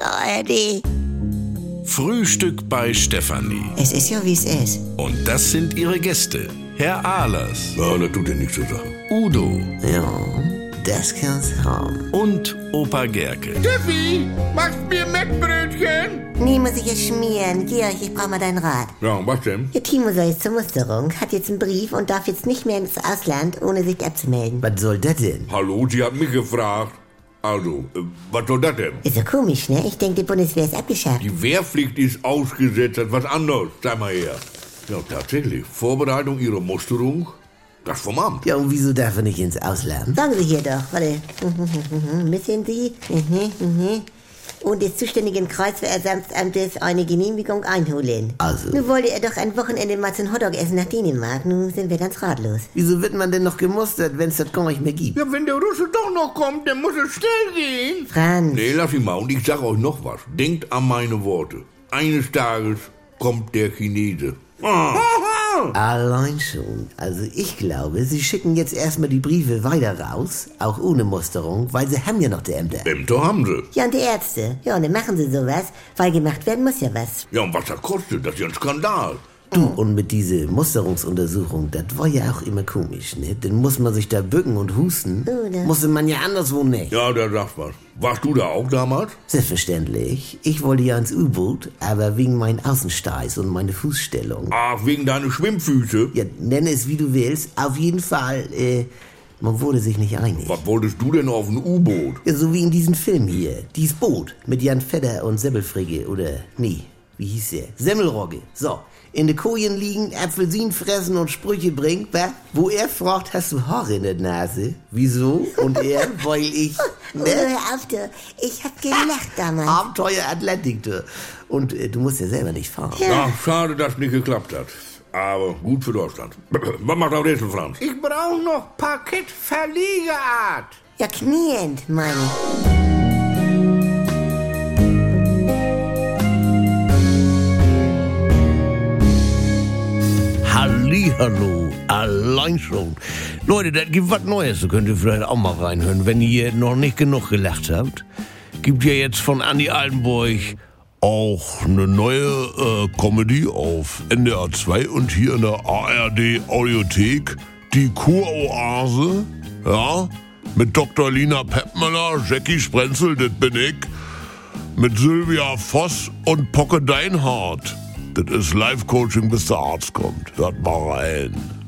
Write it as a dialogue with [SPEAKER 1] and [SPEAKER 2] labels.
[SPEAKER 1] ARD.
[SPEAKER 2] Frühstück bei Stefanie.
[SPEAKER 1] Es ist ja, wie es ist.
[SPEAKER 2] Und das sind ihre Gäste. Herr Ahlers,
[SPEAKER 3] Ja, das tut dir nichts zu sagen.
[SPEAKER 2] Udo
[SPEAKER 1] Ja, das kann's haben.
[SPEAKER 2] und Opa Gerke.
[SPEAKER 4] Steffi, machst mir Mettbrötchen?
[SPEAKER 1] Nee, muss ich jetzt schmieren. Georg, ich brauch mal deinen Rat.
[SPEAKER 3] Ja, und was denn?
[SPEAKER 1] Der Timo soll jetzt zur Musterung, hat jetzt einen Brief und darf jetzt nicht mehr ins Ausland, ohne sich abzumelden.
[SPEAKER 5] Was soll das denn?
[SPEAKER 3] Hallo, sie hat mich gefragt. Also, äh, was soll das denn?
[SPEAKER 1] Ist ja komisch, ne? Ich denke, die Bundeswehr ist abgeschafft.
[SPEAKER 3] Die Wehrpflicht ist ausgesetzt, das ist was anderes. Sag mal her. Ja, tatsächlich. Vorbereitung ihrer Musterung? Das vom Amt.
[SPEAKER 5] Ja, und wieso darf er nicht ins Ausland?
[SPEAKER 1] Sagen Sie hier doch, warte. Müssen Sie? Mhm, mhm. Und des zuständigen Kreisverehrsamtsamtes eine Genehmigung einholen.
[SPEAKER 5] Also.
[SPEAKER 1] Nun wollte er doch ein Wochenende mal zum Hotdog essen nach Dänemark. Nun sind wir ganz ratlos.
[SPEAKER 5] Wieso wird man denn noch gemustert, wenn es das gar nicht mehr gibt?
[SPEAKER 4] Ja, wenn der Russe doch noch kommt, dann muss es schnell gehen.
[SPEAKER 1] Franz,
[SPEAKER 3] Nee, lass ihn mal. Und ich sag euch noch was. Denkt an meine Worte. Eines Tages kommt der Chinese. Ah.
[SPEAKER 5] Allein schon. Also ich glaube, sie schicken jetzt erstmal die Briefe weiter raus, auch ohne Musterung, weil sie haben ja noch die Ämter.
[SPEAKER 3] Ämter haben sie.
[SPEAKER 1] ja und die Ärzte. Ja, und dann machen sie sowas, weil gemacht werden muss ja was.
[SPEAKER 3] Ja, und was das kostet, das ist ja ein Skandal.
[SPEAKER 5] Du, und mit dieser Musterungsuntersuchung, das war ja auch immer komisch, ne? Dann muss man sich da bücken und husten.
[SPEAKER 1] Oder?
[SPEAKER 5] Musste man ja anderswo ne? nicht.
[SPEAKER 3] Ja, da sagst was. Warst du da auch damals?
[SPEAKER 5] Selbstverständlich. Ich wollte ja ins U-Boot, aber wegen meinen Außensteiß und meiner Fußstellung.
[SPEAKER 3] Ach, wegen deiner Schwimmfüße.
[SPEAKER 5] Ja, nenne es wie du willst. Auf jeden Fall, äh, man wurde sich nicht einig.
[SPEAKER 3] Was wolltest du denn auf ein U-Boot?
[SPEAKER 5] Ja, so wie in diesem Film hier. Dies Boot mit Jan Fedder und Semmelfrigge oder, nee, wie hieß der? Semmelrogge. So, in der Kojen liegen, Apfelsinen fressen und Sprüche bringen, wa? Wo er fragt, hast du Haare in der Nase? Wieso? Und er, weil ich,
[SPEAKER 1] Oh,
[SPEAKER 5] ne?
[SPEAKER 1] hör auf, du. Ich hab gelacht damals.
[SPEAKER 5] Abenteuer Atlantik, du. Und äh, du musst ja selber nicht fahren.
[SPEAKER 3] Ja, schade, dass nicht geklappt hat. Aber gut für Deutschland. Was macht auch Rätsel, Franz?
[SPEAKER 4] Ich brauche noch Parkett Verlegeart.
[SPEAKER 1] Ja, kniend, meine ich.
[SPEAKER 6] Hallihallo, allein schon. Leute, das gibt was Neues, da könnt ihr vielleicht auch mal reinhören, wenn ihr noch nicht genug gelacht habt. Gibt ja jetzt von Andy Altenburg auch eine neue äh, Comedy auf NDR 2 und hier in der ARD Audiothek. Die Kuroase, ja, mit Dr. Lina Peppmüller, Jackie Sprenzel, das bin ich mit Sylvia Voss und Pocke Deinhardt. Das ist Life-Coaching, bis der Arzt kommt. Hört mal rein.